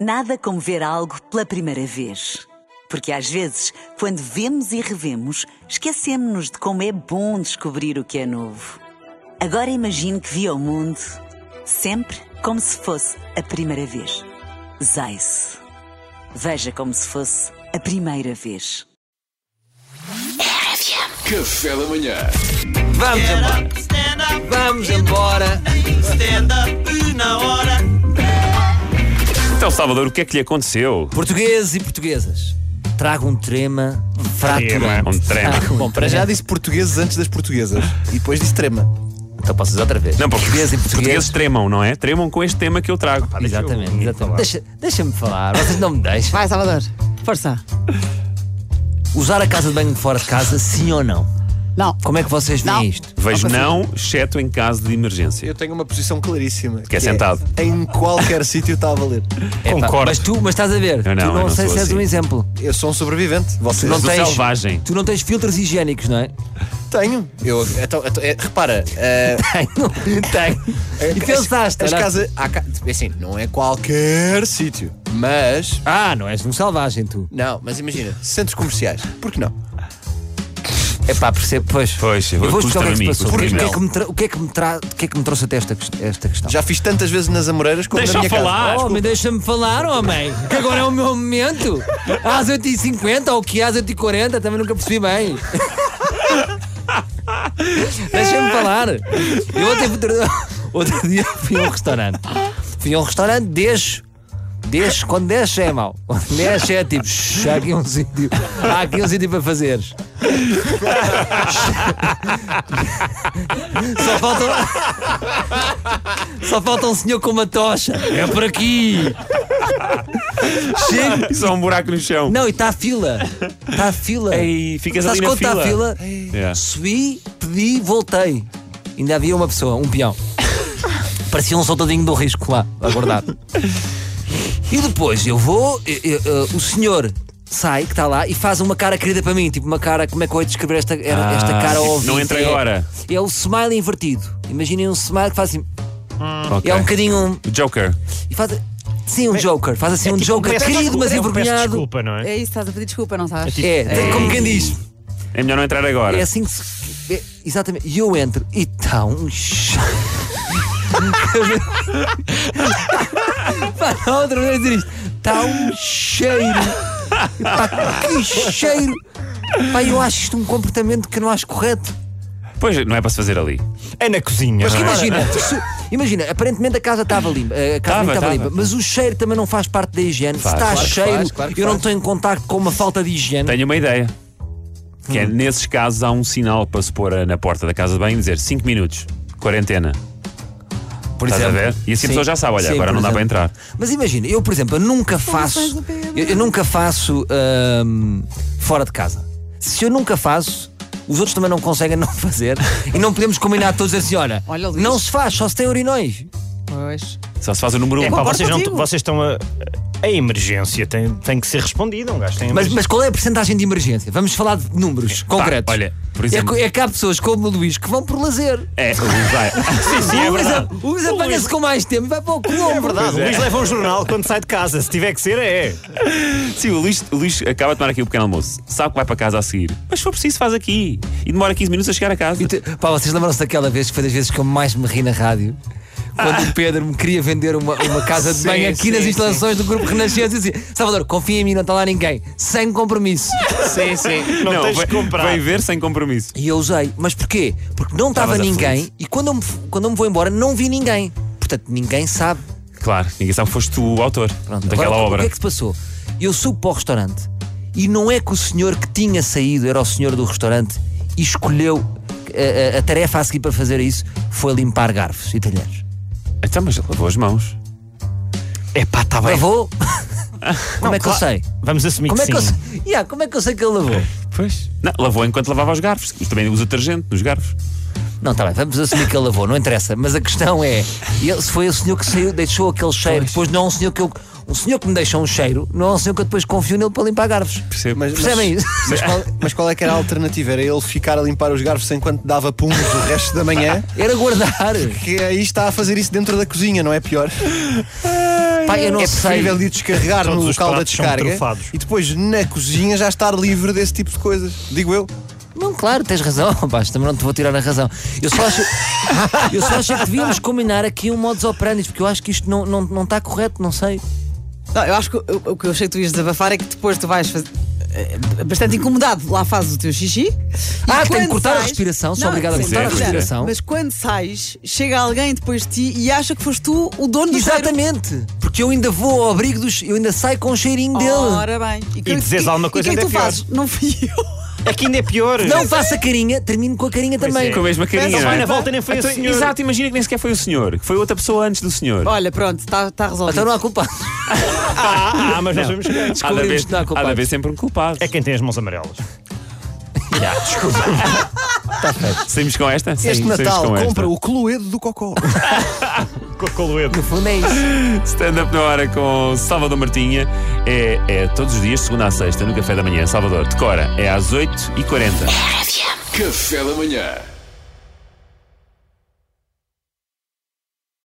Nada como ver algo pela primeira vez. Porque às vezes, quando vemos e revemos, esquecemos-nos de como é bom descobrir o que é novo. Agora imagine que viu o mundo sempre como se fosse a primeira vez. Zais. Veja como se fosse a primeira vez. Café da manhã. Vamos embora, Stand up, vamos embora. stand up e na hora. Então, Salvador, o que é que lhe aconteceu? Portugueses e portuguesas, trago um trema trema, fraturante. um trema. Trago um Bom, para já disse portugueses antes das portuguesas e depois disse trema. Então posso dizer outra vez. Não, porque portugueses e os portugueses portugueses. um tremam, não é? Tremam com este tema que eu trago. Pá, deixa eu Exatamente, me falar. exatamente. Deixa- Deixa-me falar, vocês não me deixam. Vai, Salvador. Força. Usar a casa de banho de fora de casa, sim ou não? Não. Como é que vocês veem Não. isto? Vejo não, exceto em caso de emergência. Eu tenho uma posição claríssima. Que é sentado. Em qualquer sítio está a valer. Epá, Concordo. Mas tu, mas estás a ver, Eu não, tu não, eu não sei sou se és assim. um exemplo. Eu sou um sobrevivente. Vocês Não do tens- selvagem. Tu não tens filtros higiênicos, não é? tenho. Eu, então, então, é, repara. eh, Tenho, tenho. E as- pensaste, As, olha- casas. há ca- Assim, não é qualquer sítio. Mas. Ah, não és um selvagem, tu. Não, mas imagina, centros comerciais. Por que não? É pá, percebo, pois. Pois, eu eu vou custa-me explicar o que é que a mim, se passou. O que é que custa-me a mim. me tra- o que é que me tra- o que é que me trouxe até esta, quest- esta questão? Já fiz tantas vezes nas Amoreiras como Deixa na eu minha falar. casa. Oh, homem, deixa-me falar, homem, que agora é o meu momento. Às 8h50 ou que é, às 8h40, também nunca percebi bem. deixa-me falar. Eu ontem, outro dia fui a um restaurante. Fui a um restaurante, deixo. Deixo, quando deixo é mau. Quando deixo é tipo, "Shh, há aqui um sítio, há aqui um sítio para fazeres. Só falta. Só falta um senhor com uma tocha. É por aqui. Chega. Isso é um buraco no chão. Não, e está a fila. Está a fila. Ei, ficas Sabes ali na quando está a fila. fila? É. Subi, pedi, voltei. Ainda havia uma pessoa, um peão. Parecia um soldadinho do risco lá, aguardado. E depois eu vou, eu- eu- eu- o senhor sai, que está lá, e faz uma cara querida para mim, tipo uma cara, como é que eu ia descrever esta, era- esta Ah, cara ao tipo, ouvido? não entra É- agora. É o smile invertido. Imaginem um smile que faz assim. Ok. É um bocadinho. um- Joker. e faz. Sim, um Joker. Faz assim um Joker querido, mas envergonhado. não É isso, estás a pedir desculpa, não sabes? É, tem como quem diz. É melhor não entrar agora. É assim que se. é, exatamente. E eu entro e está um cheiro. Pá, não, outra vez dizer isto. Está um cheiro. Pá, que cheiro. Pá, eu acho isto um comportamento que não acho correto. Pois não é para se fazer ali. É na cozinha. Mas que imagina, se- imagina, aparentemente a casa estava limpa, eh, a casa Tava, nem estava tava. limpa, mas o cheiro também não faz parte da higiene. se Faz, está claro que cheiro, faz, claro que eu não faz. estou em contacto com uma falta de higiene. Tenho uma ideia. Que Hum. é, nesses casos há um sinal para se pôr eh, na porta da casa de banho e dizer 5 minutos, quarentena. Por Estás a ver? E assim a pessoa já sabe, olha, agora não dá para entrar. Mas imagina, eu, por exemplo, eu nunca faço. Eu, eu nunca faço hum, fora de casa. Se eu nunca faço. Os outros também não conseguem não fazer e não podemos combinar todos assim, olha, Olha, Luís. não se faz, só se tem urinóis. Pois. Só se faz o número 1. É, Um. pá, Concordo vocês, não- contigo. vocês estão a. A emergência tem, tem que ser respondida, um gajo tem Mas, emergência. mas qual é a percentagem de emergência? Vamos falar de números concretos. olha, por É exemplo- co- é, que há pessoas como o Luís que vão por lazer. É, vai. Sim, sim, é o Luís, verdade. o Luís apanha-se com mais tempo e vai para o Colombo. É Verdade, o Luís leva um jornal quando sai de casa, se tiver que ser, é. Sim, o Luís, o Luís acaba de tomar aqui o pequeno almoço. Sabe que vai para casa a seguir. Mas se for preciso, faz aqui. E demora 15 minutos a chegar a casa. Te- Pá, vocês lembram-se daquela vez que foi das vezes que eu mais me ri na rádio? Quando Ah. o Pedro me queria vender uma, uma casa de banho aqui nas instalações do Grupo Renascença e dizia: Salvador, confia em mim, não está lá ninguém, sem compromisso. Sim, sim. Não, tens vem, que comprar. vem ver sem compromisso. E eu usei. Mas porquê? Porque não estava Estavas aflito. ninguém e quando eu, me, f- quando eu me vou embora não vi ninguém. Portanto, ninguém sabe. Claro, ninguém sabe que foste tu o autor Pronto, daquela agora, O obra. que é que se passou? Eu subo para o restaurante e não é que o senhor que tinha saído era o senhor do restaurante e escolheu eh, a, a- a tarefa a seguir para fazer isso foi limpar garfos e talheres. Então, mas ele lavou as mãos. É pá, tá bem. Lavou? Como é que eu claro. sei? Vamos assumir Como é que que, eu sim. sei? Yeah, como é que eu sei que ele lavou? Pois. Não, lavou enquanto lavava os garfos. Mas também usa detergente nos garfos. Não, está bem, vamos assumir que ele lavou, não interessa. Mas a questão é: ele- se foi o senhor que saiu, deixou aquele cheiro, depois não é um senhor que eu. Um senhor que me deixa um cheiro, não é um senhor que eu depois confio nele para limpar garfos. Percebo. Mas- Percebem isso? Mas qual, mas qual é que era a alternativa? Era ele ficar a limpar os garfos enquanto dava puns o resto da manhã? Era guardar. Que aí está a fazer isso dentro da cozinha, não é pior? Pá, eu não é sei. preferível ir descarregar Todos no os local da pratos são descarga trufados. e depois na cozinha já estar livre desse tipo de coisas. Digo eu. Não, claro, tens razão, Basta, também não te vou tirar a razão. Eu só acho, eu só acho que devíamos combinar aqui um modus operandi, porque eu acho que isto não está não, não está correto, não sei. Não, eu acho que o, o que eu achei que tu ias desabafar é que depois tu vais fazer. eh, Bastante incomodado, lá fazes o teu xixi. e Ah, tenho que quando cortar a respiração, sou obrigado a sem cortar a dúvida. respiração. Mas quando sais, chega alguém depois de ti e acha que foste tu o dono do cheiro. Exatamente, porque eu ainda vou ao abrigo dos. Eu ainda saio com o cheirinho dele. Ora bem. E, que- dizes alguma coisa E o que é que tu ainda é pior. fazes? Não fui eu. Aqui ainda é pior. Não faça carinha, termino com a carinha também. Com a mesma carinha. Não vai não é? na volta, nem foi Então, esse senhor. Exato, imagina que nem sequer foi o senhor, que foi outra pessoa antes do senhor. Olha, pronto, está tá resolvido. Então não há culpa. Ah, ah, mas nós vamos chegar. há de descobrimos haver, que não há há de culpados. haver sempre um culpado. É quem tem as mãos amarelas. Saímos com esta? É Este Saímos Natal com esta. compra o Cluedo do Cocó. Com o coloedo. No fundo é isso. Stand-up na hora com Salvador Martinha. É, é todos os dias, segunda à sexta, no café da manhã. Salvador, decora, é às 8h40. Café da manhã.